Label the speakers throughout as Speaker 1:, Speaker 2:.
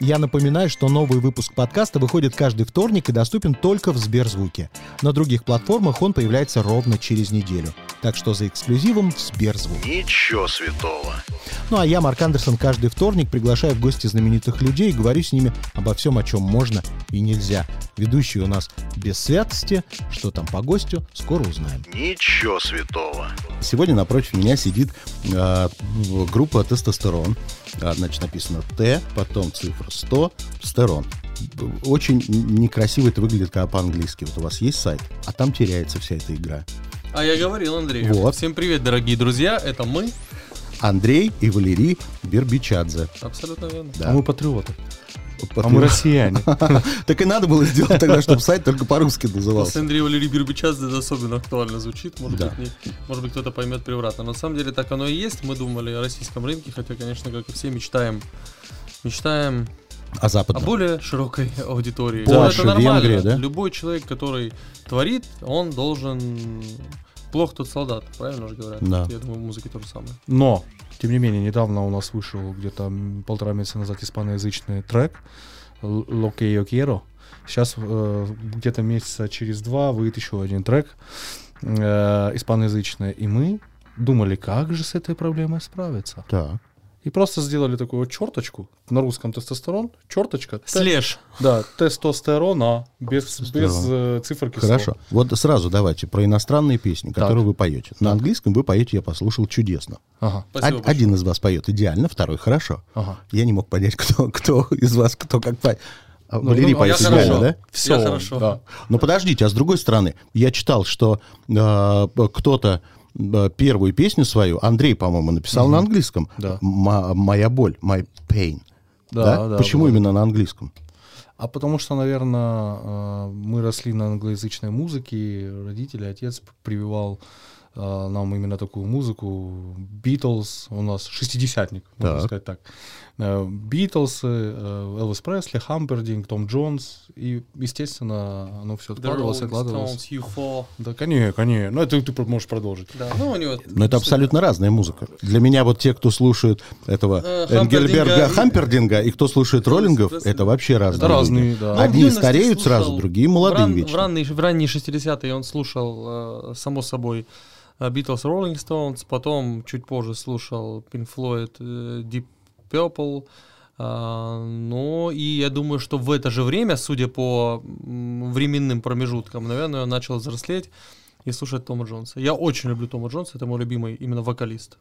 Speaker 1: Я напоминаю, что новый выпуск подкаста выходит каждый вторник и доступен только в Сберзвуке. На других платформах он появляется ровно через неделю. Так что за эксклюзивом в Сберзвук.
Speaker 2: Ничего святого.
Speaker 1: Ну а я, Марк Андерсон, каждый вторник приглашаю в гости знаменитых людей и говорю с ними обо всем, о чем можно и нельзя. Ведущий у нас без святости. Что там по гостю, скоро узнаем.
Speaker 2: Ничего святого.
Speaker 1: Сегодня напротив меня сидит э, группа тестостерон. А, Значит, написано Т, потом цифра 100, стерон. Очень некрасиво это выглядит, когда по-английски. Вот у вас есть сайт, а там теряется вся эта игра.
Speaker 3: А я говорил, Андрей.
Speaker 1: Вот.
Speaker 3: Всем привет, дорогие друзья. Это мы.
Speaker 1: Андрей и Валерий Бербичадзе.
Speaker 3: Абсолютно верно.
Speaker 1: Да.
Speaker 4: патриоты. А
Speaker 1: Патриот.
Speaker 4: мы россияне.
Speaker 1: Так и надо было сделать тогда, чтобы сайт только по-русски
Speaker 3: С
Speaker 1: назывался.
Speaker 3: Андреем Валерий Бербичаз это особенно актуально звучит. Может,
Speaker 1: Да.
Speaker 3: быть, не- может быть, кто-то поймет превратно. Но на самом деле так оно и есть. Мы думали о российском рынке, хотя, конечно, как и все, мечтаем. Мечтаем
Speaker 1: А
Speaker 3: о
Speaker 1: западно.
Speaker 3: более широкой аудитории.
Speaker 1: Польша,
Speaker 3: Но это нормально.
Speaker 1: Венгрия, да?
Speaker 3: Любой человек, который творит, он должен... Плох тот солдат, правильно же говорят?
Speaker 1: Да.
Speaker 3: Я думаю, в музыке то же самое.
Speaker 4: Но, тем не менее, недавно у нас вышел где-то м, полтора месяца назад испаноязычный трек «Л- «Lo que yo quiero». Сейчас э, где-то месяца через два выйдет еще один трек э, испаноязычный. И мы думали, как же с этой проблемой справиться.
Speaker 1: Так.
Speaker 4: И просто сделали такую вот черточку на русском тестостерон, черточка, Т-
Speaker 3: Слеж.
Speaker 1: а-
Speaker 4: да, тестостерона без, без э, циферки слова.
Speaker 1: Хорошо. Вот сразу давайте про иностранные песни, которые вы поете. На английском вы поете, я послушал чудесно.
Speaker 4: Ага,
Speaker 3: Спасибо
Speaker 1: Од-
Speaker 3: большое.
Speaker 1: Один из вас поет идеально, второй хорошо.
Speaker 4: ага.
Speaker 1: Я не мог понять, кто, кто из вас, кто как поет. А Валерий
Speaker 4: ну,
Speaker 3: я
Speaker 1: поет
Speaker 3: хорошо.
Speaker 1: идеально, да?
Speaker 4: Всё,
Speaker 3: Я хорошо.
Speaker 4: да.
Speaker 1: Но подождите, а с другой стороны, я читал, что э, кто-то э, первую песню свою, Андрей, по-моему, написал на английском.
Speaker 4: Да.
Speaker 1: «Ма- «Моя боль», «My pain».
Speaker 4: Да, да,
Speaker 1: Почему
Speaker 4: было.
Speaker 1: именно на английском?
Speaker 4: А потому что, наверное, мы росли на англоязычной музыке, родители, отец прививал э, нам именно такую музыку. Битлз, у нас шестидесятник, можно
Speaker 1: Так.
Speaker 4: сказать так. Э, Битлз, э, Элвис Пресли, Хампердинг, Том Джонс. И, естественно, оно все
Speaker 3: The
Speaker 4: откладывалось,
Speaker 3: Rolling
Speaker 4: откладывалось.
Speaker 3: Stones, U4.
Speaker 4: Да, конечно, конечно. Ну, это ты про- можешь продолжить.
Speaker 3: Да, ну у него...
Speaker 1: Но это абсолютно разная музыка. Для меня вот те, кто слушает этого
Speaker 3: Э,
Speaker 1: Энгельберга
Speaker 3: Хампердинга и-
Speaker 1: Хампердинга, и кто слушает Роллингов,
Speaker 3: Пресли.
Speaker 1: это вообще разные. люди.
Speaker 4: разные, да.
Speaker 3: Ну,
Speaker 4: А
Speaker 3: в
Speaker 1: Одни
Speaker 3: юности
Speaker 1: стареют
Speaker 3: слушал
Speaker 1: сразу, другие молодые
Speaker 3: в ран-
Speaker 1: вечно.
Speaker 3: В ранние, в ранние 60-е он слушал, э, само собой, э, Beatles, Rolling Stones, потом чуть позже слушал Pink Floyd, э, Deep Purple, э, ну и я думаю, что в это же время, судя по м, временным промежуткам, наверное, он начал взрослеть и слушать Тома Джонса. Я очень люблю Тома Джонса, это мой любимый именно вокалист.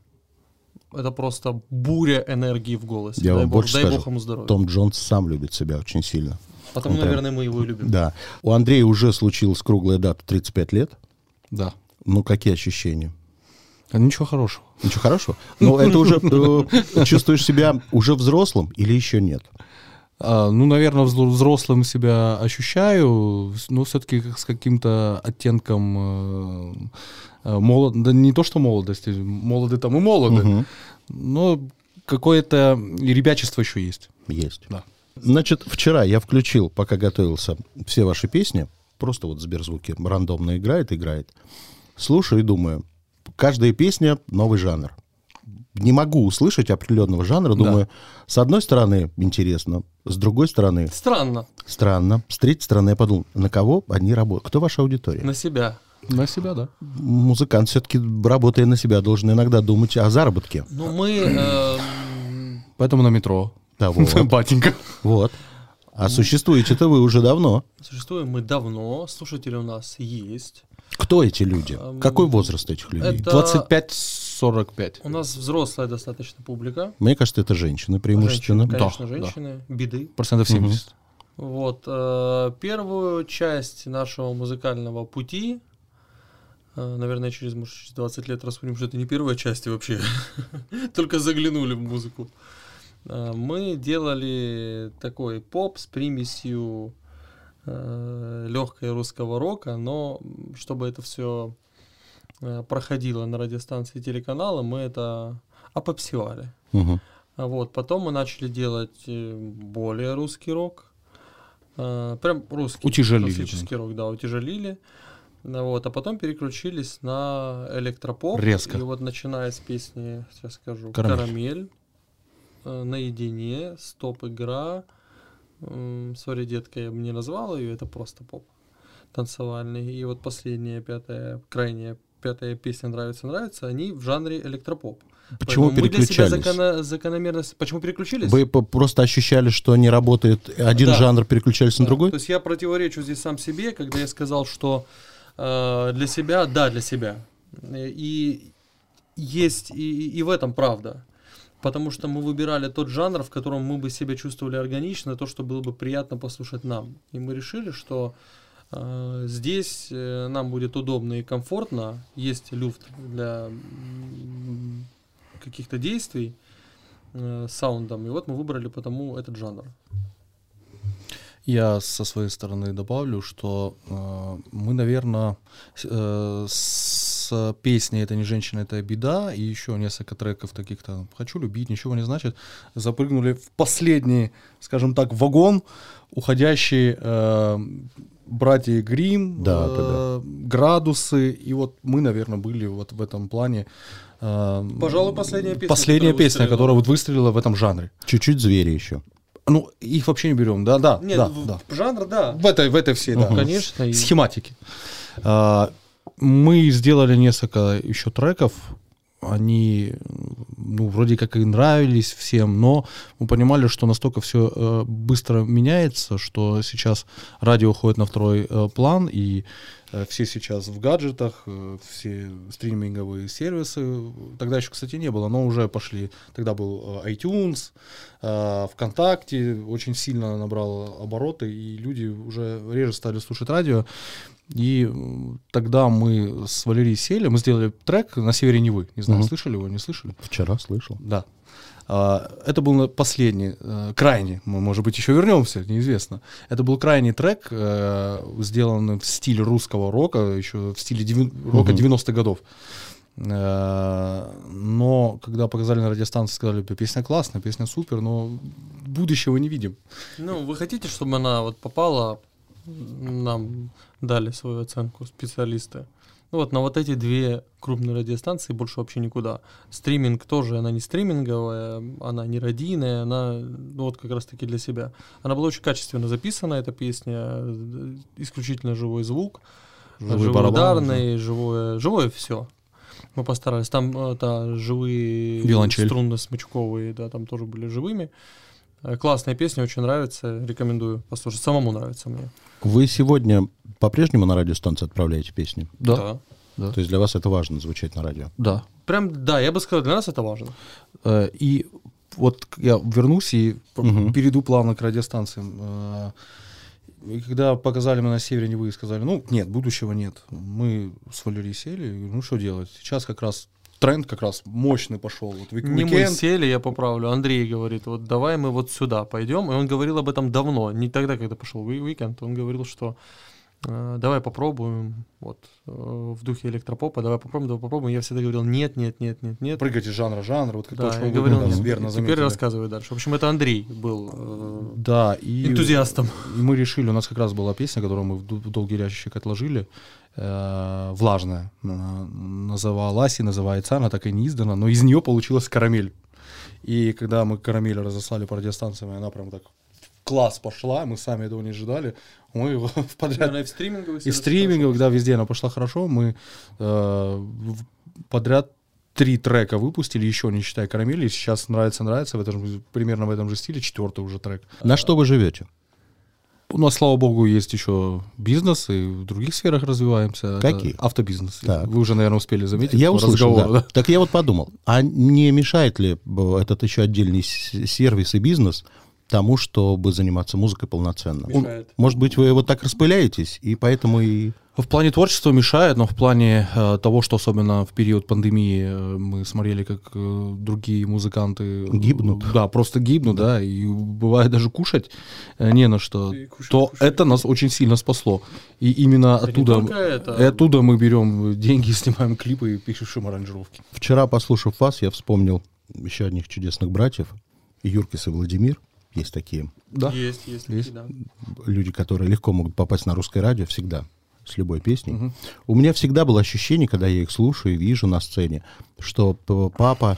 Speaker 3: Это просто буря энергии в голосе.
Speaker 1: Я
Speaker 3: дай
Speaker 1: вам
Speaker 3: бог,
Speaker 1: больше
Speaker 3: дай
Speaker 1: скажу.
Speaker 3: бог ему здоровья.
Speaker 1: Том Джонс сам любит себя очень сильно.
Speaker 3: Потому,
Speaker 1: он прям-
Speaker 3: наверное, мы его и любим.
Speaker 1: Да. У Андрея уже случилась круглая дата 35 лет.
Speaker 4: Да.
Speaker 1: Ну, какие ощущения?
Speaker 4: А Ничего хорошего.
Speaker 1: Ничего хорошего? Но это уже э, чувствуешь себя уже взрослым или еще нет?
Speaker 4: А, Ну, наверное, взрослым себя ощущаю, с- но все-таки с каким-то оттенком э, э, молод... Да не то, что молодости, молоды там и молоды,
Speaker 1: Мгм.
Speaker 4: но какое-то и ребячество еще есть.
Speaker 1: Есть.
Speaker 4: Да.
Speaker 1: Значит, вчера я включил, пока готовился, все ваши песни. Просто вот Сберзвуки рандомно играет, играет. Слушаю и думаю, каждая песня — новый жанр. Не могу услышать определенного жанра. Думаю, с одной стороны интересно, с другой стороны
Speaker 3: Странно.
Speaker 1: странно, с третьей стороны я подумал, на кого они работают, кто ваша аудитория?
Speaker 3: На себя.
Speaker 4: На себя, да.
Speaker 1: Музыкант все-таки, работая на себя, должен иногда думать о заработке.
Speaker 3: Ну, мы... эм,
Speaker 4: Поэтому на метро.
Speaker 1: Да, вот.
Speaker 4: Батенька.
Speaker 1: вот. А существуете-то вы уже давно.
Speaker 3: Существуем мы давно, слушатели у нас есть.
Speaker 1: Кто эти люди?
Speaker 3: Эм,
Speaker 1: Какой возраст этих людей?
Speaker 3: это-
Speaker 4: 25-45.
Speaker 3: У нас взрослая достаточно публика.
Speaker 1: Мне кажется, это женщины преимущественно.
Speaker 3: Женщины, конечно,
Speaker 4: да.
Speaker 3: женщины. Беды.
Speaker 4: Процентов 70.
Speaker 3: Вот. э, первую часть нашего музыкального пути, э, наверное, через, может, через 20 лет рассудим, что это не первая часть и вообще. Только заглянули в музыку. Э, Мы делали такой поп с примесью легкой русского рока, но м, чтобы это все проходило на радиостанции и телеканала, мы это опопсевали.
Speaker 1: Мгм.
Speaker 3: А Вот, потом мы начали делать э, более русский рок. Э, Прям русский.
Speaker 4: Утяжелили.
Speaker 3: Классический рок, да, утяжелили. Ну Вот, а потом переключились на электропоп.
Speaker 4: Резко.
Speaker 3: И вот начиная с песни, сейчас скажу,
Speaker 4: Карамель.
Speaker 3: «Карамель», э, «Наедине», «Стоп игра», м, «Сори, детка», я бы не назвал ее, это просто поп танцевальный. И вот последняя, пятая, крайняя, пятая песня «Нравится, нравится», они в жанре электропоп.
Speaker 1: Почему
Speaker 3: Поэтому мы для себя
Speaker 1: переключались?
Speaker 3: закона- закономерность... Почему переключились?
Speaker 1: Вы по- просто ощущали, что не работает один
Speaker 3: Да.
Speaker 1: жанр, переключались на
Speaker 3: Да,
Speaker 1: другой?
Speaker 3: То есть я противоречу здесь сам себе, когда я сказал, что э, для себя, да, для себя. Э, И есть и, и в этом правда. Потому что мы выбирали тот жанр, в котором мы бы себя чувствовали органично, то, что было бы приятно послушать нам. И мы решили, что э, здесь э, нам будет удобно и комфортно, есть люфт для м, каких-то действий э, с саундом. И вот мы выбрали потому этот жанр.
Speaker 4: Я со своей стороны добавлю, что э, мы, наверное, с песней «Это не женщина, это беда» и еще несколько треков таких там «Хочу любить», «Ничего не значит», запрыгнули в последний, скажем так, вагон, уходящий э, братья Грим, э,
Speaker 1: Да,
Speaker 4: градусы, и вот мы, наверное, были вот в этом плане. э,
Speaker 3: Пожалуй, последняя песня,
Speaker 4: Последняя
Speaker 3: которая
Speaker 4: песня,
Speaker 3: выстрелила.
Speaker 4: которая вот выстрелила в этом жанре.
Speaker 1: Чуть-чуть звери еще.
Speaker 4: Ну, их вообще не берем, да, да,
Speaker 3: Нет,
Speaker 4: да,
Speaker 3: в-
Speaker 4: да.
Speaker 3: жанр, да.
Speaker 4: В этой, в этой всей, да.
Speaker 3: Мгм. Конечно, и-
Speaker 4: Схематики. А, Мы сделали несколько еще треков. Они, ну, вроде как и нравились всем, но мы понимали, что настолько все быстро меняется, что сейчас радио уходит на второй э, план, и э, все сейчас в гаджетах, э, все стриминговые сервисы. Тогда еще, кстати, не было, но уже пошли. Тогда был э, iTunes, э, ВКонтакте очень сильно набрал обороты, и люди уже реже стали слушать радио. И м, тогда мы с Валерией сели, мы сделали трек «На севере Невы». Не знаю,
Speaker 1: Мгм.
Speaker 4: слышали его, не слышали?
Speaker 1: Вчера слышал.
Speaker 4: Да. А, Это был на- последний, э, крайний, мы, может быть, еще вернемся, неизвестно. Это был крайний трек, э, сделанный в стиле русского рока, еще в стиле девя- рока
Speaker 1: Мгм.
Speaker 4: 90-х годов. Э, Но когда показали на радиостанции, сказали, песня классная, песня супер, но будущего не видим.
Speaker 3: Ну, вы хотите, чтобы она вот попала, нам дали свою оценку специалисты. Ну вот на вот эти две крупные радиостанции больше вообще никуда. Стриминг тоже, она не стриминговая, она не радийная, она ну, вот как раз-таки для себя. Она была очень качественно записана, эта песня, э, исключительно живой звук,
Speaker 4: Живые
Speaker 3: живой
Speaker 4: барабаны,
Speaker 3: ударный, живое, живое все. Мы постарались. Там э, та, живые
Speaker 4: Виолончель.
Speaker 3: струнно-смычковые, да, там тоже были живыми. Э, Классная песня, очень нравится, рекомендую послушать. Самому нравится мне.
Speaker 1: Вы сегодня по-прежнему на радиостанции отправляете песни?
Speaker 3: Да.
Speaker 1: То есть для вас это важно звучать на радио?
Speaker 4: да.
Speaker 3: Прям, да, я бы сказал, для нас это важно.
Speaker 4: Э, И вот к- я вернусь и п-
Speaker 1: Мгм.
Speaker 4: перейду плавно к радиостанциям. Э, и Когда показали мы на севере Невы и сказали, ну, нет, будущего нет. Мы с Валерией сели, и говорю, ну, что делать? Сейчас как раз тренд как раз мощный пошел. Вот вик-
Speaker 3: Не мы
Speaker 4: уикенд.
Speaker 3: сели, я поправлю. Андрей говорит, вот давай мы вот сюда пойдем. И он говорил об этом давно, не тогда, когда пошел уи- уикенд. Он говорил, что э, давай попробуем, вот, э, в духе электропопа, давай попробуем, давай попробуем. Я всегда говорил, нет, нет, нет, нет, нет.
Speaker 4: Прыгать из жанра в жанр, вот как
Speaker 3: Да,
Speaker 4: то, что
Speaker 3: я
Speaker 4: вы
Speaker 3: говорил,
Speaker 4: верно
Speaker 3: нет.
Speaker 4: верно
Speaker 3: И
Speaker 4: заметили.
Speaker 3: теперь рассказывай дальше. В общем, это Андрей был
Speaker 4: Да,
Speaker 3: э,
Speaker 4: и...
Speaker 3: энтузиастом.
Speaker 4: И мы решили, у нас как раз была песня, которую мы в ду- в долгий ящик отложили, э, влажная, Она называлась и называется, она так и не издана, но из нее получилась карамель. И когда мы карамель разослали по радиостанциям, и она прям так в класс пошла, мы сами этого не ожидали, мы его в подряд
Speaker 3: и в стриминговых.
Speaker 4: и стримингов, когда везде она пошла хорошо, мы э, в- подряд три трека выпустили, еще не считая карамели. и Сейчас нравится, нравится, в этом, же- примерно в этом же стиле, четвертый уже трек.
Speaker 1: На что вы живете?
Speaker 4: У нас, Ну, а слава богу, есть еще бизнес, и в других сферах развиваемся. Это
Speaker 1: Какие?
Speaker 4: Автобизнес.
Speaker 1: Так.
Speaker 4: Вы уже, наверное, успели заметить.
Speaker 1: Я
Speaker 4: по
Speaker 1: услышал,
Speaker 4: разговору,
Speaker 1: да.
Speaker 4: да.
Speaker 1: Так я вот подумал, а не мешает ли б, этот еще отдельный с- сервис и бизнес тому, чтобы заниматься музыкой полноценно?
Speaker 3: Он- Мешает.
Speaker 1: Может быть, вы вот так распыляетесь, и поэтому и...
Speaker 4: В плане творчества мешает, но в плане э, того, что особенно в период пандемии э, мы смотрели, как э, другие музыканты... э,
Speaker 1: Гибнут.
Speaker 4: Да, просто гибнут, да, и бывает даже кушать э, не на что.
Speaker 3: И кушать,
Speaker 4: то
Speaker 3: кушать.
Speaker 4: это нас очень сильно спасло. И именно
Speaker 3: не
Speaker 4: оттуда...
Speaker 3: только это.
Speaker 4: и оттуда мы берем деньги, снимаем клипы и пишем аранжировки.
Speaker 1: Вчера, послушав вас, я вспомнил еще одних чудесных братьев, Юркис и Владимир, есть такие
Speaker 4: Да.
Speaker 3: Есть, есть,
Speaker 4: Есть.
Speaker 3: такие, да.
Speaker 1: люди, которые легко могут попасть на русское радио всегда. с любой песней.
Speaker 4: Мгм.
Speaker 1: У меня всегда было ощущение, когда я их слушаю и вижу на сцене, что п- папа,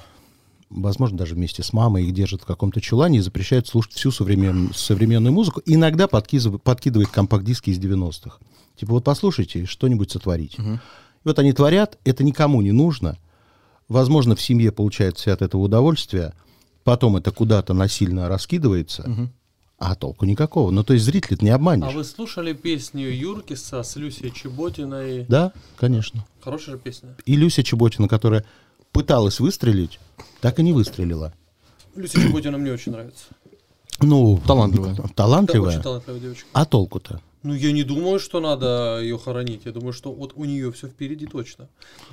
Speaker 1: возможно, даже вместе с мамой их держит в каком-то чулане и запрещает слушать всю современ- современную музыку. Иногда подкизыв- подкидывает компакт-диски из 90-х. Типа вот послушайте, и что-нибудь сотворите. И вот они творят, это никому не нужно. Возможно, в семье получают все от этого удовольствие, потом это куда-то насильно раскидывается, а толку никакого. Ну, то есть зритель не
Speaker 3: А
Speaker 1: обманешь.
Speaker 3: вы слушали песню Юрки со с Люсей Чеботиной?
Speaker 1: Да, конечно.
Speaker 3: Хорошая же песня.
Speaker 1: И Люся Чеботина, которая пыталась выстрелить, так и не выстрелила.
Speaker 3: Люся Чеботина мне очень нравится.
Speaker 1: Ну,
Speaker 4: Талантливая.
Speaker 3: Да, очень
Speaker 1: Талантливая.
Speaker 3: талантливая девочка.
Speaker 1: А толку-то?
Speaker 3: Ну, я не думаю, что надо ее хоронить. Я думаю, что вот у нее все впереди точно.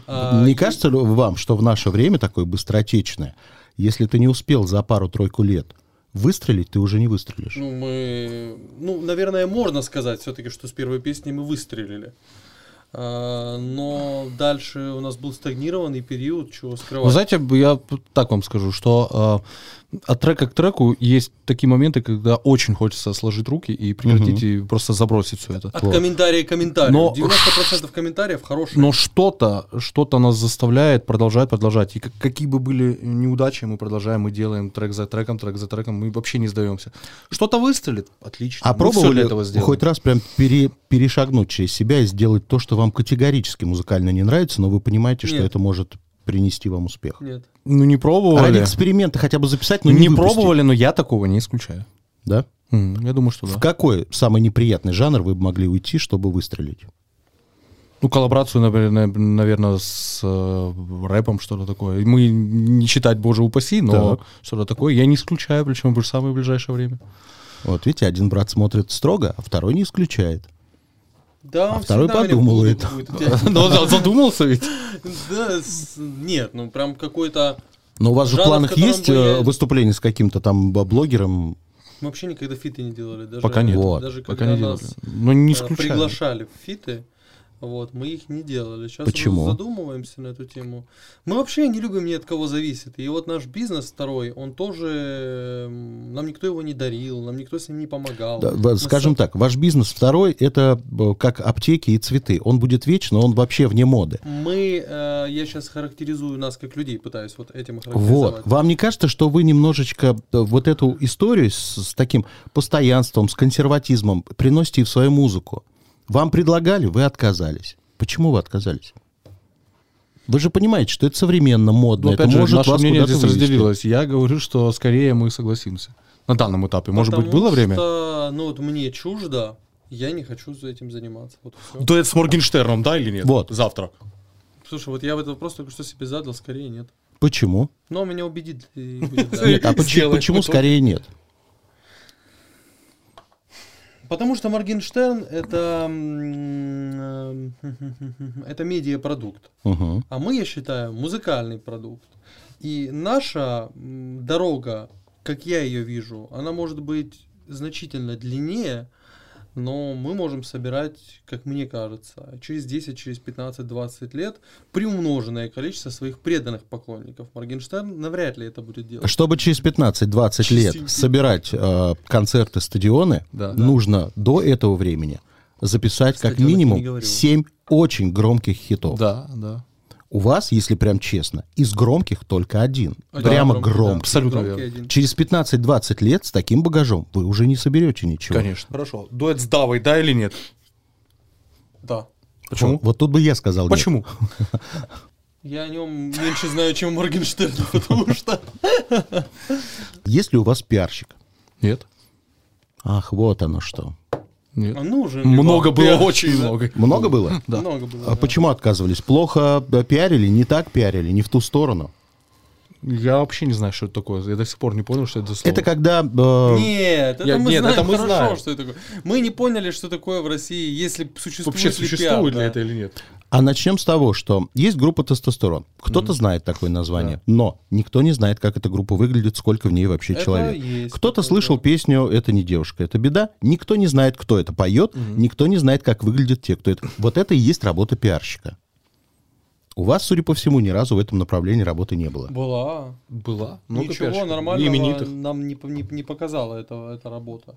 Speaker 3: А,
Speaker 1: не
Speaker 3: и-
Speaker 1: кажется ли вам, что в наше время такое быстротечное, если ты не успел за пару-тройку лет выстрелить, ты уже не выстрелишь?
Speaker 3: Ну, мы... Ну, наверное, можно сказать все-таки, что с первой песни мы выстрелили. А, но дальше у нас был стагнированный период, чего
Speaker 4: Вы
Speaker 3: скрывать.
Speaker 4: знаете, б- я п- так вам скажу, что э, от трека к треку есть такие моменты, когда очень хочется сложить руки и прекратить, и просто забросить все это.
Speaker 3: От комментария к комментарию.
Speaker 4: Но-
Speaker 3: 90% комментариев хорошие.
Speaker 4: Но что-то, что-то нас заставляет продолжать, продолжать. И как- какие бы были неудачи, мы продолжаем, мы делаем трек за треком, трек за треком, мы вообще не сдаемся. Что-то выстрелит, отлично.
Speaker 1: А
Speaker 4: мы всё
Speaker 1: пробовали
Speaker 4: для этого сделаем.
Speaker 1: хоть раз прям пере- перешагнуть через себя и сделать то, что вам категорически музыкально не нравится, но вы понимаете, что
Speaker 3: Нет.
Speaker 1: это может принести вам успех?
Speaker 3: Нет.
Speaker 4: Ну не
Speaker 1: Ради
Speaker 4: пробовали.
Speaker 1: эксперимента хотя бы записать, но
Speaker 4: Ну,
Speaker 1: не,
Speaker 4: не
Speaker 1: выпустить,
Speaker 4: пробовали, но я такого не исключаю.
Speaker 1: Да?
Speaker 4: М, Я думаю, что да.
Speaker 1: В какой самый неприятный жанр вы бы могли уйти, чтобы выстрелить?
Speaker 4: Ну, коллаборацию, наверное, наверное, с э, рэпом, что-то такое. Мы не читать, боже упаси, но
Speaker 1: Так.
Speaker 4: что-то такое я не исключаю, причем в самое ближайшее время.
Speaker 1: Вот видите, один брат смотрит строго, а второй не исключает.
Speaker 3: Да,
Speaker 1: А
Speaker 3: он
Speaker 1: второй
Speaker 3: всегда меня
Speaker 1: подумывает.
Speaker 3: будет- будет.
Speaker 4: Но он задумался ведь.
Speaker 3: Да, с- нет, ну прям какой-то...
Speaker 1: Но у вас же
Speaker 3: Жанр,
Speaker 1: в
Speaker 3: в
Speaker 1: планах
Speaker 3: котором
Speaker 1: есть
Speaker 3: бы я-
Speaker 1: э, выступление с каким-то там б- блогером?
Speaker 3: Мы вообще никогда фиты не делали. Даже,
Speaker 4: Пока нет.
Speaker 1: Вот,
Speaker 3: Даже
Speaker 4: Пока
Speaker 3: когда
Speaker 4: не делали.
Speaker 3: нас
Speaker 4: Но не
Speaker 3: э,
Speaker 4: исключаю.
Speaker 3: приглашали в фиты, вот, мы их не делали. Сейчас
Speaker 1: Почему?
Speaker 3: мы задумываемся на эту тему. Мы вообще не любим ни от кого зависит. И вот наш бизнес второй, он тоже... м, Нам никто его не дарил, нам никто с ним не помогал.
Speaker 1: Да,
Speaker 3: Мы
Speaker 1: в- скажем
Speaker 3: са-
Speaker 1: так, ваш бизнес второй – это э, как аптеки и цветы. Он будет вечно, он вообще вне моды.
Speaker 3: Мы, э, я сейчас характеризую нас как людей, пытаюсь вот этим охарактеризовать.
Speaker 1: Вот. Вам не кажется, что вы немножечко э, вот эту историю с, с таким постоянством, с консерватизмом приносите и в свою музыку? Вам предлагали, вы отказались. Почему вы отказались? Вы же понимаете, что это современно, модно.
Speaker 4: Но
Speaker 1: это
Speaker 4: опять же,
Speaker 1: может
Speaker 4: наше
Speaker 1: вас
Speaker 4: мнение
Speaker 1: куда-то
Speaker 4: здесь
Speaker 1: вывести.
Speaker 4: разделилось. Я говорю, что скорее мы согласимся. На данном этапе. Может быть,
Speaker 3: Потому
Speaker 4: было время?
Speaker 3: что, ну вот мне чуждо, я не хочу за этим заниматься. Вот всё.
Speaker 4: Дуэт с Моргенштерном, да или нет?
Speaker 1: Вот.
Speaker 4: Завтра.
Speaker 3: Слушай, вот я в этот вопрос только что себе задал, скорее нет.
Speaker 1: Почему?
Speaker 3: Но меня убедит и будет, да.
Speaker 1: Нет, а поч- почему,
Speaker 4: Сделаешь Э, потом.
Speaker 1: скорее нет?
Speaker 3: Потому что Моргенштерн это, м, э, это медиапродукт.
Speaker 1: Мгм.
Speaker 3: А мы, я считаю, музыкальный продукт. И наша м, дорога, как я ее вижу, она может быть значительно длиннее, но мы можем собирать, как мне кажется, через 10, через 15, 20 лет приумноженное количество своих преданных поклонников. Моргенштерн навряд ли это будет делать.
Speaker 1: Чтобы через 15-20
Speaker 3: Чистенький.
Speaker 1: лет собирать э, концерты, стадионы,
Speaker 4: Да.
Speaker 1: нужно до этого времени записать как
Speaker 3: Стадионах я не
Speaker 1: минимум
Speaker 3: говорил.
Speaker 1: 7 очень громких хитов.
Speaker 4: Да, да.
Speaker 1: У вас, если прям честно, из громких только один.
Speaker 3: Один
Speaker 1: Прямо
Speaker 3: громкий, да.
Speaker 1: громкий.
Speaker 4: Абсолютно
Speaker 3: Громкий
Speaker 4: верно.
Speaker 3: один.
Speaker 1: Через 15-20 лет с таким багажом вы уже не соберете ничего.
Speaker 4: Конечно. Хорошо. Дуэт с Давой, да или нет?
Speaker 3: Да.
Speaker 4: Почему?
Speaker 1: Вот, вот тут бы я сказал нет.
Speaker 4: Почему?
Speaker 3: Я о нем меньше знаю, чем о Моргенштерне, потому что...
Speaker 1: Есть ли у вас пиарщик?
Speaker 4: Нет.
Speaker 1: Ах, вот оно что.
Speaker 4: Нет.
Speaker 3: А ну уже
Speaker 4: Много
Speaker 3: Леван,
Speaker 4: было,
Speaker 3: пиар-
Speaker 4: очень много.
Speaker 1: Много было?
Speaker 4: Да.
Speaker 3: Много было.
Speaker 1: А
Speaker 3: да.
Speaker 1: почему отказывались? Плохо э, пиарили, не так пиарили, не в ту сторону.
Speaker 4: Я вообще не знаю, что это такое. Я до сих пор не понял, что это за слово.
Speaker 1: Это когда... э,
Speaker 3: Нет, это
Speaker 4: Я-
Speaker 3: мы
Speaker 4: нет,
Speaker 3: знаем
Speaker 4: это мы
Speaker 3: хорошо,
Speaker 4: знаем.
Speaker 3: что это такое. Мы не поняли, что такое в России, если б существует
Speaker 4: Вообще
Speaker 3: ли пиар,
Speaker 4: существует ли
Speaker 3: да.
Speaker 4: это или нет?
Speaker 1: А начнем с того, что есть группа тестостерон. Кто-то знает такое название, но никто не знает, как эта группа выглядит, сколько в ней вообще
Speaker 3: Это
Speaker 1: человек.
Speaker 3: есть
Speaker 1: Кто-то
Speaker 3: такое,
Speaker 1: слышал
Speaker 3: да.
Speaker 1: песню "Это не девушка, это беда". Никто не знает, кто это поет, никто не знает, как выглядят те, кто это. Вот это и есть работа пиарщика. У вас, судя по всему, ни разу в этом направлении работы не было.
Speaker 3: Была.
Speaker 4: Была.
Speaker 3: Ничего нормального
Speaker 4: Именитых.
Speaker 3: нам не, по- не- не показала этого, эта работа.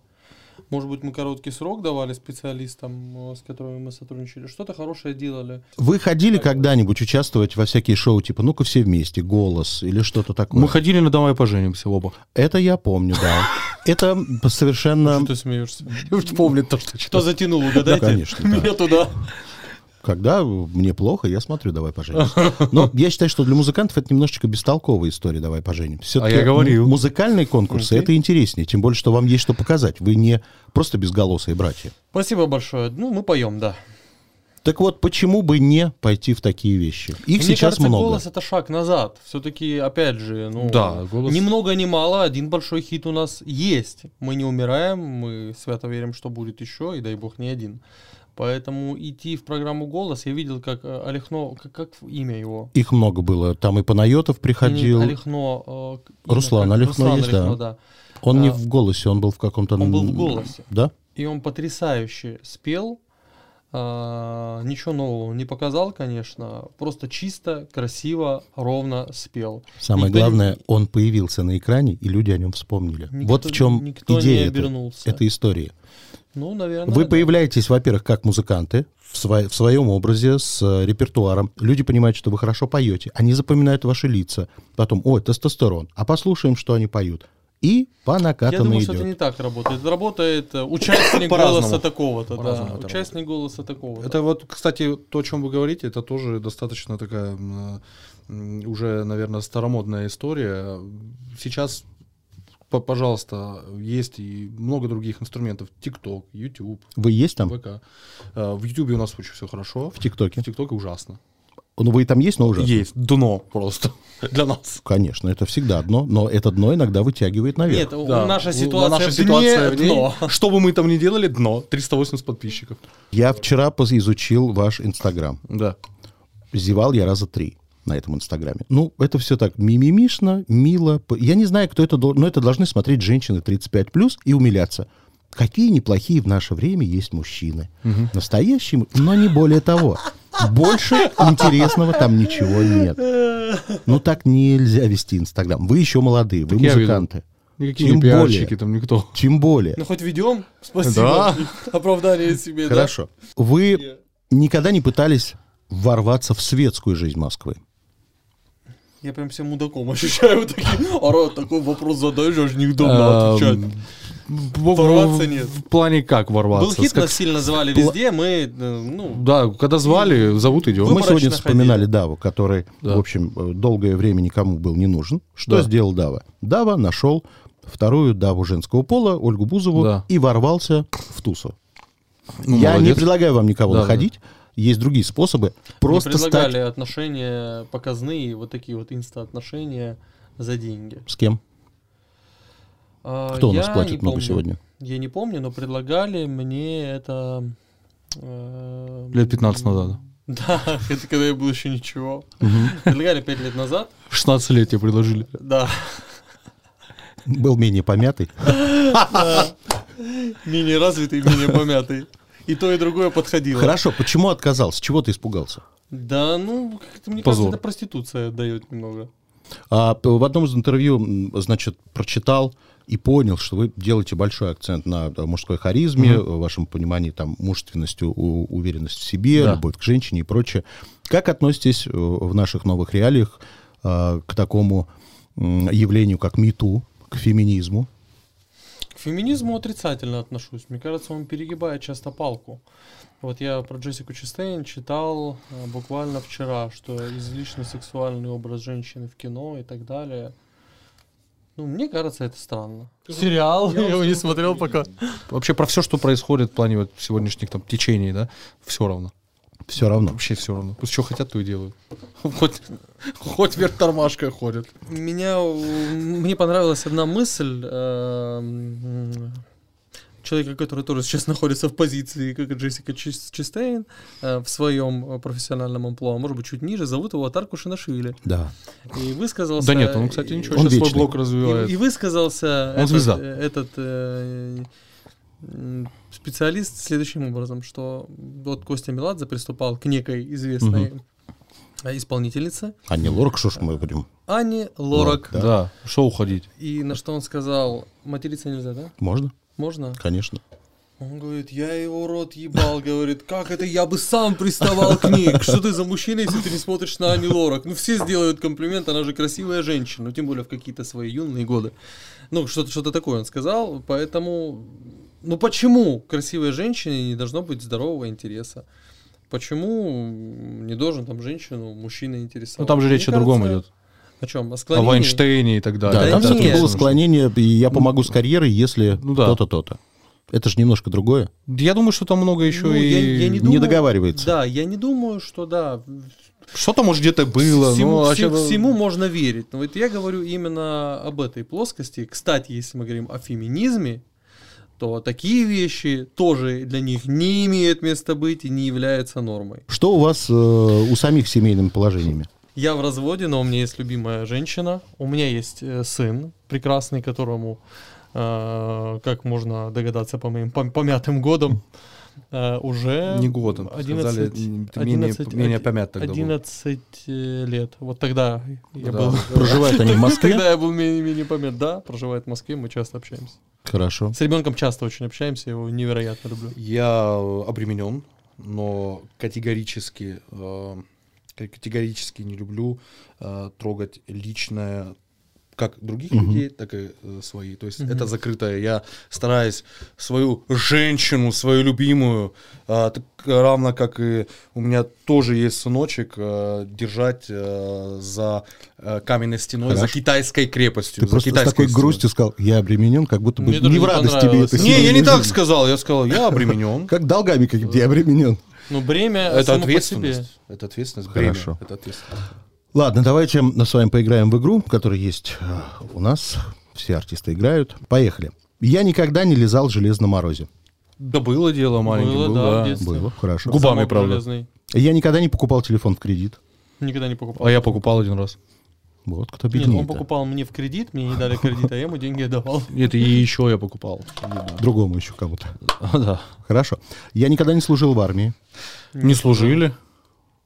Speaker 3: Может быть, мы короткий срок давали специалистам, э, с которыми мы сотрудничали. Что-то хорошее делали.
Speaker 1: Вы ходили когда-нибудь участвовать во всякие шоу, типа «Ну-ка все вместе», «Голос» или что-то такое?
Speaker 4: Мы ходили на «Давай поженимся» оба.
Speaker 1: Это я помню, да. Это совершенно...
Speaker 3: Что ты смеешься?
Speaker 4: Помнит то, что
Speaker 3: Кто затянул, угадайте?
Speaker 1: конечно, да.
Speaker 3: Меня туда.
Speaker 1: Когда мне плохо, я смотрю «Давай поженимся». Но я считаю, что для музыкантов это немножечко бестолковая история «Давай поженимся». Всё-таки
Speaker 4: А я говорил.
Speaker 1: м- Музыкальные конкурсы — это интереснее, тем более, что вам есть что показать. Вы не просто безголосые братья.
Speaker 3: Спасибо большое. Ну, мы поем, да.
Speaker 1: Так вот, почему бы не пойти в такие вещи? Их
Speaker 3: Мне
Speaker 1: сейчас
Speaker 3: кажется,
Speaker 1: много.
Speaker 3: голос это шаг назад. Все-таки, опять же, ну,
Speaker 4: Да, «Голос».
Speaker 3: ни много ни мало, один большой хит у нас есть. Мы не умираем, мы свято верим, что будет еще, и дай бог не один. Поэтому идти в программу «Голос» я видел, как э, Алехно... Как, как имя его?
Speaker 1: Их много было. Там и Панайотов приходил.
Speaker 3: Не, Алехно... э, имя
Speaker 1: Руслан
Speaker 3: как?
Speaker 1: Алехно
Speaker 3: Руслан
Speaker 1: есть, да.
Speaker 3: Алехно, да.
Speaker 1: Он не
Speaker 3: а,
Speaker 1: в «Голосе», он был в каком-то...
Speaker 3: он был в
Speaker 1: м,
Speaker 3: «Голосе».
Speaker 1: Да?
Speaker 3: И он потрясающе спел. А, ничего нового он не показал, конечно. Просто чисто, красиво, ровно спел.
Speaker 1: Самое
Speaker 3: Никто не-
Speaker 1: главное, он появился на экране, и люди о нем вспомнили.
Speaker 3: Никто-
Speaker 1: вот в чем
Speaker 3: никто
Speaker 1: идея
Speaker 3: не
Speaker 1: этой-
Speaker 3: обернулся.
Speaker 1: этой истории.
Speaker 3: Ну, наверное.
Speaker 1: Вы
Speaker 3: да.
Speaker 1: появляетесь, во-первых, как музыканты в, сво- в своем образе с э, репертуаром. Люди понимают, что вы хорошо поете. Они запоминают ваши лица. Потом, ой, тестостерон. А послушаем, что они поют. И по
Speaker 3: Я
Speaker 1: накатанной
Speaker 3: думаю, что
Speaker 1: идет.
Speaker 3: это не так работает. Работает э, участник
Speaker 4: По-разному.
Speaker 3: голоса такого-то, да.
Speaker 4: По-разному это
Speaker 3: Участник голоса такого-то.
Speaker 4: Это вот, кстати, то, о чем вы говорите, это тоже достаточно такая м, м, уже, наверное, старомодная история. Сейчас, п- пожалуйста, есть и много других инструментов. TikTok, YouTube,
Speaker 1: Вы есть там?
Speaker 4: ВК. Э, В YouTube у нас очень все хорошо.
Speaker 1: В ТикТоке?
Speaker 4: В TikTok ужасно.
Speaker 1: Ну, вы и там есть, но уже?
Speaker 4: Есть дно просто для нас.
Speaker 1: Конечно, это всегда дно, но это дно иногда вытягивает наверх.
Speaker 3: Нет, у-
Speaker 4: Да.
Speaker 3: наша
Speaker 4: Ну,
Speaker 3: ситуация,
Speaker 4: наша
Speaker 3: в дне
Speaker 4: ситуация в ней.
Speaker 3: дно.
Speaker 4: Что бы мы там ни делали, дно. 380 подписчиков.
Speaker 1: Я вчера поз- изучил ваш Инстаграм.
Speaker 4: Да.
Speaker 1: Зевал я раза три на этом Инстаграме. Ну, это все так мимимишно, мило. П- Я не знаю, кто это должен, но это должны смотреть женщины 35+, и умиляться. Какие неплохие в наше время есть мужчины. Настоящие, м- но не более того. Больше интересного там ничего нет. Ну, так нельзя вести Инстаграм. Вы еще молодые, вы
Speaker 4: Так я
Speaker 1: музыканты.
Speaker 4: Никакие
Speaker 1: Тем
Speaker 4: не
Speaker 1: более.
Speaker 4: пиарщики там никто.
Speaker 1: Тем более.
Speaker 3: Ну хоть ведем. Спасибо. Оправдание себе. да.
Speaker 1: Хорошо. Вы никогда не пытались ворваться в светскую жизнь Москвы?
Speaker 3: Я прям себя мудаком ощущаю. Вот такие, Ара, такой вопрос задаешь, аж неудобно отвечать.
Speaker 4: Эм, в- в-
Speaker 3: Ворваться
Speaker 4: в-
Speaker 3: нет.
Speaker 4: В плане как ворваться?
Speaker 3: Был хит,
Speaker 4: С как-
Speaker 3: нас сильно звали везде, мы, э, ну,
Speaker 4: Да, когда звали, зовут идем.
Speaker 1: Мы
Speaker 3: Выборочно
Speaker 1: сегодня вспоминали
Speaker 3: ходили.
Speaker 1: Даву, который,
Speaker 4: Да.
Speaker 1: в общем, э, долгое время никому был не нужен. Что
Speaker 4: Да.
Speaker 1: сделал Дава? Дава нашел вторую Даву женского пола, Ольгу Бузову,
Speaker 4: Да.
Speaker 1: и ворвался в тусу.
Speaker 3: Ну,
Speaker 4: Ну,
Speaker 1: Я не предлагаю вам никого
Speaker 4: Да,
Speaker 1: находить. Есть другие способы. Просто
Speaker 3: не предлагали
Speaker 1: стать...
Speaker 3: отношения показные, вот такие вот инста-отношения за деньги.
Speaker 1: С кем?
Speaker 3: А,
Speaker 1: Кто у нас
Speaker 3: я не
Speaker 1: платит много
Speaker 3: помню.
Speaker 1: сегодня?
Speaker 3: Я не помню, но предлагали мне это... э,
Speaker 4: Лет 15 назад.
Speaker 3: Да, это когда я был еще ничего. Предлагали 5 лет назад.
Speaker 4: 16 лет тебе предложили.
Speaker 3: Да,
Speaker 1: Был менее помятый.
Speaker 3: менее развитый, менее помятый. И то, и другое подходило.
Speaker 1: Хорошо, почему отказался? Чего ты испугался?
Speaker 3: Да, ну, как-то мне
Speaker 4: Позор.
Speaker 3: кажется, это проституция дает немного.
Speaker 1: А, п- в одном из интервью, м, значит, прочитал и понял, что вы делаете большой акцент на да, мужской харизме, э, вашем понимании там мужественности, у- уверенность в себе,
Speaker 4: Да.
Speaker 1: любовь к женщине и прочее. Как относитесь э, в наших новых реалиях а, к такому м, явлению, как МИТУ, к феминизму?
Speaker 3: К феминизму отрицательно отношусь. Мне кажется, он перегибает часто палку. Вот я про Джессику Честейн читал э, буквально вчера, что излишне сексуальный образ женщины в кино и так далее. Ну, мне кажется, это странно. Сериал, я его не смотрел пока.
Speaker 4: Вообще про все, что происходит в плане вот сегодняшних там течений, да, все равно.
Speaker 1: Все равно.
Speaker 4: Вообще все равно. Пусть что хотят, то и делают. Хоть, хоть вверх тормашкой ходят.
Speaker 3: Меня, э, мне понравилась одна мысль э, м, человека, который тоже сейчас находится в позиции, как и Джессика Чис- Честейн, э, в своем э, профессиональном амплуа, может быть, чуть ниже, зовут его Атарку Шинашвили.
Speaker 1: Да.
Speaker 3: И высказался...
Speaker 4: Да нет, он, кстати, ничего,
Speaker 1: Он
Speaker 4: сейчас свой
Speaker 1: вечный.
Speaker 4: блок
Speaker 3: И, и
Speaker 4: развивает.
Speaker 3: высказался
Speaker 4: Он
Speaker 3: этот,
Speaker 4: звезда.
Speaker 3: э, этот э, м, специалист следующим образом, что вот Костя Меладзе приступал к некой известной э, исполнительнице
Speaker 1: А не Лорак, что ж мы будем?
Speaker 3: Анне Лорак.
Speaker 4: Да, что уходить?
Speaker 3: И на что он сказал, материться нельзя, да?
Speaker 1: Можно?
Speaker 3: Можно?
Speaker 1: Конечно.
Speaker 3: Он говорит, я его рот ебал, говорит, как это я бы сам приставал к ней. Что ты за мужчина, если ты не смотришь на Ани Лорак? Ну все сделают комплимент, она же красивая женщина, ну тем более в какие-то свои юные годы. Ну что-то что такое он сказал, поэтому... Ну почему красивой женщине не должно быть здорового интереса? Почему не должен там женщину, мужчина интересовать?
Speaker 4: Ну там же
Speaker 3: Мне
Speaker 4: речь о другом А
Speaker 3: кажется,
Speaker 4: идет.
Speaker 3: О чем? О
Speaker 4: О
Speaker 3: склонении.
Speaker 4: Вайнштейне и так
Speaker 1: Да,
Speaker 4: далее.
Speaker 1: там
Speaker 3: да
Speaker 1: все-таки
Speaker 3: нет.
Speaker 1: было склонение, и я помогу с карьерой, если
Speaker 4: Ну да.
Speaker 1: то-то, то-то. Это же немножко другое.
Speaker 4: Я думаю, что там много еще
Speaker 3: Ну,
Speaker 4: и...
Speaker 3: я- я не
Speaker 1: Не,
Speaker 3: думаю-
Speaker 1: договаривается.
Speaker 3: Да, я не думаю, что да,
Speaker 4: Что-то, может, где-то было.
Speaker 3: всему,
Speaker 4: ну, а
Speaker 3: всем-
Speaker 4: чё-
Speaker 3: всему можно верить. Но вот я говорю именно об этой плоскости. Кстати, если мы говорим о феминизме, то такие вещи тоже для них не имеют места быть и не являются нормой.
Speaker 1: Что у вас э, у самих с семейными положениями?
Speaker 3: Я в разводе, но у меня есть любимая женщина. У меня есть э, сын прекрасный, которому, э, как можно догадаться по моим пом- помятым годам, э, уже...
Speaker 4: Не годом.
Speaker 3: 11,
Speaker 4: сказали, ты менее-
Speaker 3: 11,
Speaker 4: менее помят тогда был.
Speaker 3: 11 э, лет. Вот тогда я
Speaker 4: Да.
Speaker 3: был...
Speaker 1: Проживают они в Москве?
Speaker 3: Когда я был менее-менее помет, да, проживает в Москве, мы часто общаемся.
Speaker 1: Хорошо.
Speaker 3: С ребенком часто очень общаемся, я его невероятно люблю.
Speaker 4: Я обременен, но категорически, э, к- категорически не люблю э, трогать личное как других людей, так и э, свои. То есть это закрытое. Я стараюсь свою женщину, свою любимую, э, так равно как и у меня тоже есть сыночек, э, держать э, за э, каменной стеной, за
Speaker 1: Хорошо.
Speaker 4: китайской крепостью.
Speaker 1: Ты
Speaker 4: за
Speaker 1: просто с
Speaker 4: китайской
Speaker 1: такой
Speaker 4: стеной.
Speaker 1: грустью сказал, я обременен, как будто бы
Speaker 3: Мне тоже
Speaker 1: не в
Speaker 3: не
Speaker 1: радость тебе
Speaker 3: понравилось.
Speaker 1: это
Speaker 4: Не, я
Speaker 1: сегодня
Speaker 4: не так
Speaker 1: жизнь.
Speaker 4: сказал. Я сказал, я обременен.
Speaker 1: Как долгами какими-то я обременен.
Speaker 3: Ну, бремя
Speaker 4: Это
Speaker 3: само по себе.
Speaker 4: ответственность. Это ответственность. бремя,
Speaker 1: Хорошо.
Speaker 4: Это ответственность.
Speaker 1: Ладно, давайте мы с вами поиграем в игру, которая есть э, у нас. Все артисты играют. Поехали. Я никогда не лизал в железном морозе.
Speaker 4: Да было дело маленьким.
Speaker 3: Было,
Speaker 4: был,
Speaker 3: да,
Speaker 4: да.
Speaker 3: в детстве.
Speaker 1: Было, хорошо.
Speaker 4: Губ- Губами,
Speaker 3: Замок
Speaker 4: правда.
Speaker 3: железный.
Speaker 1: Я никогда не покупал телефон в кредит.
Speaker 3: Никогда не покупал.
Speaker 4: А я покупал один раз.
Speaker 1: Вот кто
Speaker 3: Нет, ну, он
Speaker 1: беднее
Speaker 3: покупал мне в кредит, мне не дали кредит, а я ему деньги давал.
Speaker 4: Нет, и еще я покупал.
Speaker 1: Другому еще кому-то.
Speaker 4: А, да.
Speaker 1: Хорошо. Я никогда не служил в армии.
Speaker 4: Не служили.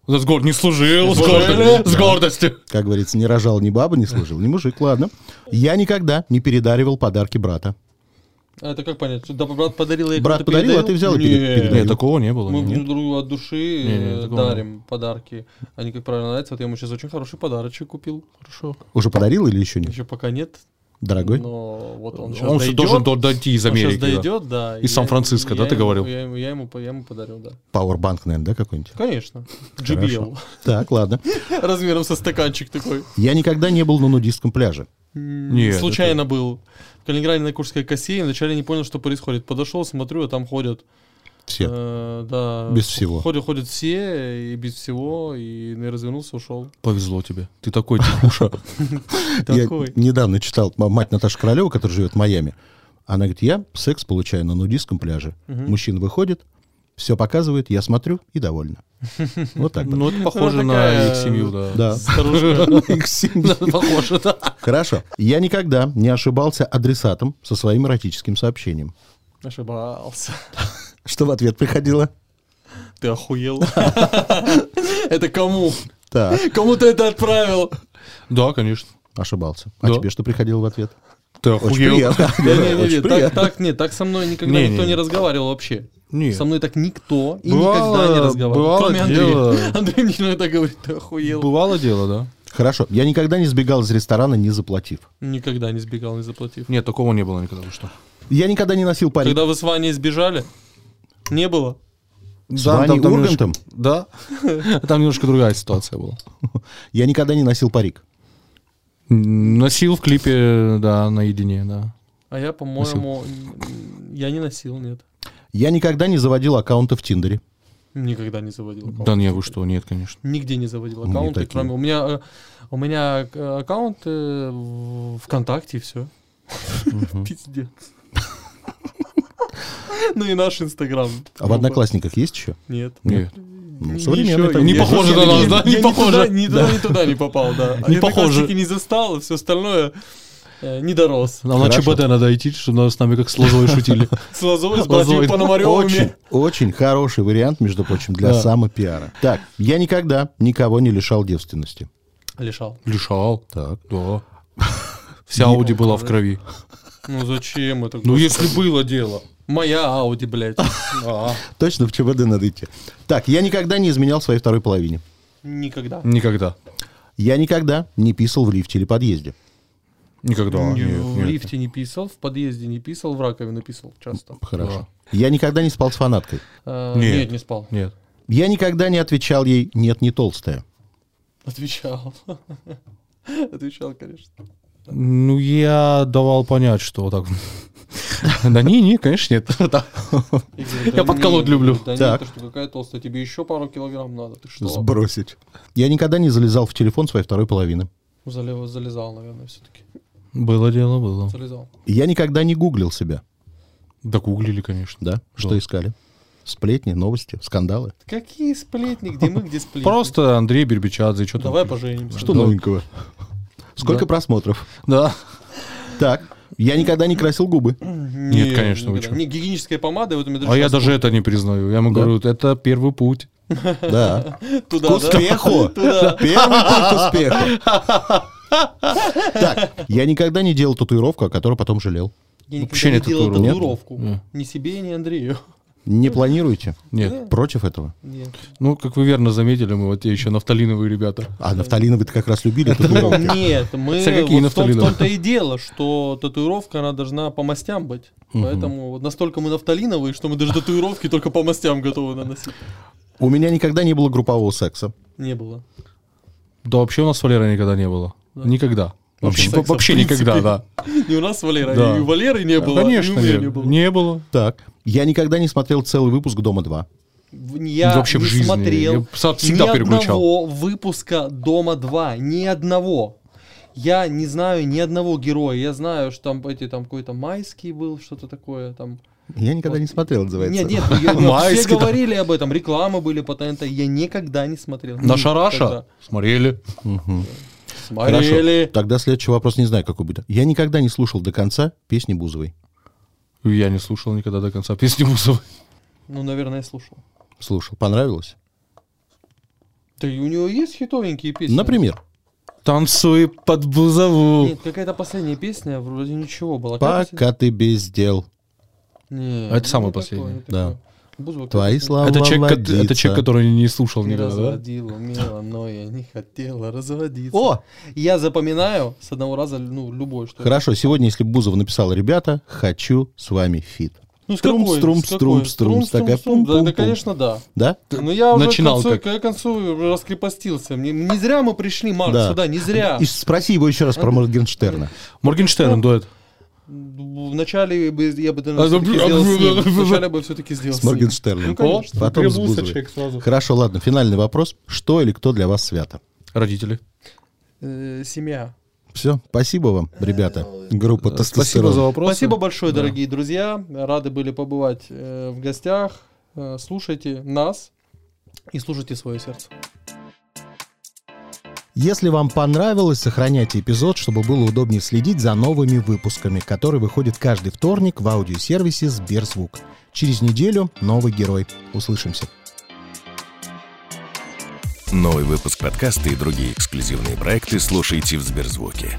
Speaker 4: Да, с гор- Не служил. С,
Speaker 3: служили?
Speaker 4: гордо- с гордостью.
Speaker 1: Как говорится, не рожал ни баба, не служил ни мужик. Ладно. Я никогда не передаривал подарки брата.
Speaker 3: А Это как понять? Да, брат подарил, я
Speaker 1: Брат
Speaker 3: кому-то
Speaker 1: подарил, а ты взял и пере-
Speaker 3: Не.
Speaker 1: передарил.
Speaker 4: Нет, такого не было.
Speaker 3: Мы
Speaker 4: нет.
Speaker 3: друг другу от души
Speaker 4: Не, не,
Speaker 3: э,
Speaker 4: такого не
Speaker 3: дарим подарки. Они, как правило, нравятся. Вот я ему сейчас очень хороший подарочек купил. Хорошо.
Speaker 1: Уже подарил или еще нет?
Speaker 3: Еще пока нет.
Speaker 1: Дорогой?
Speaker 3: Но вот он сейчас
Speaker 4: Он всё
Speaker 3: дойдет.
Speaker 4: должен до- дойти из
Speaker 3: Он А щас
Speaker 4: Америки. да.
Speaker 3: дойдет, да. и
Speaker 4: Из Сан-Франциско,
Speaker 3: я
Speaker 4: да, ты
Speaker 3: ему-
Speaker 4: говорил?
Speaker 3: Я ему, я ему, по- я ему подарил, да.
Speaker 1: Пауэрбанк, наверное, да, какой-нибудь?
Speaker 3: Конечно. JBL.
Speaker 1: Так, ладно.
Speaker 3: Размером со стаканчик такой.
Speaker 1: Я никогда не был на нудистском пляже.
Speaker 3: М,
Speaker 4: Нет,
Speaker 3: Случайно был. В Калининграде на Курской косе и вначале не понял, что происходит. Подошел, смотрю, а там ходят.
Speaker 1: Все.
Speaker 3: э, да.
Speaker 1: Без всего.
Speaker 3: Ходят, ходят все и без всего. И ну, я развернулся, ушел.
Speaker 4: Повезло тебе. Ты такой тихуша.
Speaker 1: Я
Speaker 3: Такой.
Speaker 1: недавно читал м- мать Наташи Королева, которая живет в Майами. Она говорит, я секс получаю на нудистском пляже. Мужчина выходит, все показывает, я смотрю и довольна. Вот так вот.
Speaker 4: Ну, это похоже на
Speaker 3: такая-
Speaker 4: их семью, да.
Speaker 1: Да.
Speaker 3: Старушка.
Speaker 1: Их семья.
Speaker 3: Похоже, да.
Speaker 1: Хорошо. Я никогда не ошибался адресатом со своим эротическим сообщением.
Speaker 3: Ошибался.
Speaker 1: Что в ответ приходило?
Speaker 3: Ты охуел. Это кому?
Speaker 1: Так,
Speaker 3: Кому ты это отправил?
Speaker 4: Да, конечно.
Speaker 1: ошибался. А
Speaker 4: Да.
Speaker 1: тебе что приходило в ответ?
Speaker 4: Ты
Speaker 1: Очень
Speaker 4: охуел.
Speaker 1: приятно.
Speaker 3: Да не, не, не,
Speaker 1: Очень
Speaker 3: так,
Speaker 1: приятно.
Speaker 3: так, нет, так со мной никогда
Speaker 4: Не, не,
Speaker 3: никто не
Speaker 4: не.
Speaker 3: разговаривал вообще.
Speaker 4: Нет.
Speaker 3: Со мной так никто и
Speaker 4: Бывало,
Speaker 3: никогда не разговаривал.
Speaker 4: бывало
Speaker 3: Кроме Андрея.
Speaker 4: дело.
Speaker 3: Андрей мне иногда говорит, ты охуел.
Speaker 4: Бывало дело, да.
Speaker 1: Хорошо. Я никогда не сбегал из ресторана, не заплатив.
Speaker 3: Никогда не сбегал, не заплатив.
Speaker 4: Нет, такого не было никогда. вы что?
Speaker 1: Я никогда не носил парик.
Speaker 3: Когда вы с Ваней сбежали, не было.
Speaker 1: С Ваней Ургантом?
Speaker 4: немножко- Да. Там немножко другая ситуация была.
Speaker 1: Я никогда не носил парик.
Speaker 4: М, Носил в клипе, да, наедине, да.
Speaker 3: А я, по-моему, н- я не носил, нет.
Speaker 1: Я никогда не заводил аккаунта в Тиндере.
Speaker 3: Никогда не заводил аккаунт.
Speaker 4: Да не, вы что, нет, конечно.
Speaker 3: Нигде не заводил
Speaker 1: Не
Speaker 3: аккаунты,
Speaker 1: такие.
Speaker 3: кроме... У меня, э, у меня э, аккаунт э, в- ВКонтакте и все. Пиздец. Ну и наш Инстаграм.
Speaker 1: А в
Speaker 4: Ну,
Speaker 1: Одноклассниках есть еще?
Speaker 3: Нет.
Speaker 4: Нет.
Speaker 1: Ну, современный
Speaker 3: Ничего,
Speaker 1: там.
Speaker 3: я-
Speaker 4: Не похоже
Speaker 3: я-
Speaker 4: на нас,
Speaker 3: я-
Speaker 4: да?
Speaker 3: я
Speaker 4: Не похоже.
Speaker 3: туда- Ни туда, ни туда не попал, да.
Speaker 4: Не
Speaker 3: Я
Speaker 4: похоже.
Speaker 3: Одноклассники не застал, все остальное э, не дорос.
Speaker 4: Нам на
Speaker 1: Хорошо.
Speaker 4: ЧБД надо идти, чтобы нас- с нами как с Лозовой шутили.
Speaker 3: С Лозой, с братьями
Speaker 4: Лозой.
Speaker 1: Очень,
Speaker 3: Пономарёвыми.
Speaker 1: очень хороший вариант, между прочим, для
Speaker 4: Да.
Speaker 1: самопиара. Так, я никогда никого не лишал девственности.
Speaker 3: Лишал.
Speaker 4: Лишал.
Speaker 1: Так.
Speaker 4: Да. Вся Ауди была в крови.
Speaker 3: Ну зачем это?
Speaker 4: Ну,
Speaker 3: господи?
Speaker 4: если было дело.
Speaker 3: Моя Ауди, блядь.
Speaker 4: А,
Speaker 1: Точно в ЧВД надо идти. Так, я никогда не изменял своей второй половине.
Speaker 3: Никогда.
Speaker 4: Никогда.
Speaker 1: Я никогда не писал в лифте или подъезде.
Speaker 4: Никогда.
Speaker 3: Ни-
Speaker 4: А, нет,
Speaker 3: в
Speaker 4: нет.
Speaker 3: лифте не писал, в подъезде не писал, в раковину писал часто.
Speaker 1: Хорошо. Я никогда не спал с фанаткой.
Speaker 3: А,
Speaker 4: Нет.
Speaker 3: Нет, не спал.
Speaker 4: Нет.
Speaker 1: Я никогда не отвечал ей «нет, не толстая».
Speaker 3: Отвечал. Отвечал, конечно.
Speaker 4: Ну, я давал понять, что так. Да не, не, конечно, нет. Да.
Speaker 3: Я, говорю, да
Speaker 4: Я подколоть
Speaker 3: не,
Speaker 4: люблю.
Speaker 3: Да
Speaker 1: Так.
Speaker 3: так. нет, ты что, какая толстая, тебе еще пару килограмм надо. Ты что?
Speaker 1: Сбросить. Я никогда не залезал в телефон своей второй половины.
Speaker 3: Зале- Залезал, наверное, все-таки.
Speaker 4: Было дело, было.
Speaker 3: Залезал.
Speaker 1: Я никогда не гуглил себя.
Speaker 4: Докуглили, конечно.
Speaker 1: Да? Что искали? Сплетни, новости, скандалы.
Speaker 3: Какие сплетни, где мы, где сплетни?
Speaker 4: Просто Андрей Бербичадзе, что
Speaker 3: Давай
Speaker 4: там.
Speaker 3: поженимся.
Speaker 1: Что
Speaker 4: Да.
Speaker 1: новенького? Сколько просмотров?
Speaker 4: Да.
Speaker 1: Так, я никогда не красил губы.
Speaker 3: Не,
Speaker 4: Нет, конечно, вы
Speaker 3: никогда.
Speaker 4: чё.
Speaker 3: Не, гигиеническая помада, вот у меня
Speaker 4: А я даже это не признаю. Я ему говорю, это первый путь.
Speaker 1: Да.
Speaker 3: туда,
Speaker 1: К
Speaker 3: да?
Speaker 1: успеху!
Speaker 3: Туда.
Speaker 1: Первый путь к успеху. Так, я никогда не делал татуировку, о которой потом жалел.
Speaker 3: Я
Speaker 4: Вообще
Speaker 3: никогда
Speaker 4: не
Speaker 3: не делал
Speaker 4: татуировал.
Speaker 3: татуировку.
Speaker 4: Нет.
Speaker 3: Ни себе, ни Андрею.
Speaker 1: Не планируете?
Speaker 4: Нет.
Speaker 1: Против этого?
Speaker 3: Нет.
Speaker 4: Ну, как вы верно заметили, мы вот те еще нафталиновые ребята.
Speaker 1: А нафталиновый то как раз любили
Speaker 3: Ну,
Speaker 1: татуировки.
Speaker 3: Нет, мы
Speaker 4: Хотя какие
Speaker 3: вот в том- в
Speaker 4: нафталиновые?
Speaker 3: том-то и дело, что татуировка, она должна по мастям быть. Поэтому вот настолько мы нафталиновые, что мы даже татуировки только по мастям готовы наносить.
Speaker 1: У меня никогда не было группового секса.
Speaker 3: Не было.
Speaker 4: Да вообще у нас с Валерой никогда не было. Никогда. Вообще,
Speaker 3: секса, Ну, в
Speaker 4: вообще
Speaker 3: принципе.
Speaker 4: никогда, да.
Speaker 3: И у нас с Валерой,
Speaker 4: Да.
Speaker 3: и у Валеры не было, и
Speaker 4: Конечно,
Speaker 3: у меня
Speaker 4: нет.
Speaker 3: не было.
Speaker 4: не было.
Speaker 1: Так. Я никогда не смотрел целый выпуск «Дома-2».
Speaker 3: В- Я
Speaker 4: Вообще в
Speaker 3: не
Speaker 4: жизни.
Speaker 3: смотрел
Speaker 4: Я пса- всегда
Speaker 3: ни
Speaker 4: переключал.
Speaker 3: одного выпуска Дома 2. Ни одного. Я не знаю ни одного героя. Я знаю, что там эти там какой-то майский был, что-то такое там.
Speaker 1: Я никогда не смотрел, называется.
Speaker 3: Нет, нет, я- я- все
Speaker 4: Майский там.
Speaker 3: говорили об этом, рекламы были по ТНТ, я никогда не смотрел.
Speaker 4: Наша
Speaker 3: Никогда.
Speaker 4: Раша. Смотрели.
Speaker 1: Хорошо.
Speaker 3: Смотрели.
Speaker 1: Тогда следующий вопрос не знаю, какой будет. Я никогда не слушал до конца песни Бузовой.
Speaker 4: Я не слушал никогда до конца песни Бузовой.
Speaker 3: Ну, наверное, я слушал.
Speaker 1: Слушал. Понравилось?
Speaker 3: Да и у него есть хитовенькие песни.
Speaker 1: Например,
Speaker 4: Танцуй под Бузову.
Speaker 3: Нет, какая-то последняя песня, вроде ничего была. Как это?
Speaker 1: «Пока ты без дел».
Speaker 3: Не,
Speaker 4: А это
Speaker 3: не
Speaker 4: самая
Speaker 3: такое,
Speaker 4: последняя.
Speaker 3: не
Speaker 1: Да.
Speaker 3: такое. Бузова,
Speaker 1: Твои
Speaker 3: конечно,
Speaker 1: слова
Speaker 4: Это человек, ко- это
Speaker 1: водица.
Speaker 4: человек, который не слушал
Speaker 3: Не
Speaker 4: никогда, да?
Speaker 3: разводила, мила, но я не хотела разводиться.
Speaker 1: О,
Speaker 3: Я запоминаю с одного раза, ну, любой, что...
Speaker 1: хорошо. Сегодня, если бы Бузова написала, ребята, хочу с вами фит.
Speaker 3: Ну, с
Speaker 1: Струм,
Speaker 3: какой?
Speaker 1: струм,
Speaker 3: С какой?
Speaker 1: струм, струм, такая
Speaker 3: струм, да,
Speaker 1: пум-пум-пум.
Speaker 3: да, конечно, да.
Speaker 1: Да?
Speaker 3: Ну, я уже
Speaker 4: начинал
Speaker 3: к концу,
Speaker 4: как.
Speaker 3: к концу раскрепостился. Мне, не зря мы пришли, Марк,
Speaker 1: Да.
Speaker 3: сюда, не зря.
Speaker 1: И спроси его еще раз про Моргенштерна.
Speaker 4: Моргенштерн
Speaker 3: Ну.
Speaker 4: дуэт.
Speaker 3: Вначале бы я бы
Speaker 4: А, ну,
Speaker 3: наверное, всё-таки
Speaker 4: да,
Speaker 3: сделал с ним.
Speaker 4: да, да, да.
Speaker 3: Вначале бы все-таки сделал
Speaker 1: С
Speaker 3: с ним.
Speaker 4: Ну,
Speaker 1: Моргенштерном.
Speaker 3: конечно.
Speaker 1: Потом с Бузовой. Хорошо, ладно. Финальный вопрос. Что или кто для вас свято?
Speaker 4: Родители.
Speaker 3: Э, Семья.
Speaker 1: Все, спасибо вам, ребята. Группа
Speaker 4: Э, Спасибо за
Speaker 1: Тестостерон.
Speaker 4: вопрос.
Speaker 3: Спасибо большое, дорогие друзья. Рады были побывать э, в гостях. Э, Слушайте нас и слушайте свое сердце.
Speaker 1: Если вам понравилось, сохраняйте эпизод, чтобы было удобнее следить за новыми выпусками, которые выходят каждый вторник в аудиосервисе Сберзвук. Через неделю новый герой. Услышимся.
Speaker 5: Новый выпуск подкаста и другие эксклюзивные проекты слушайте в Сберзвуке.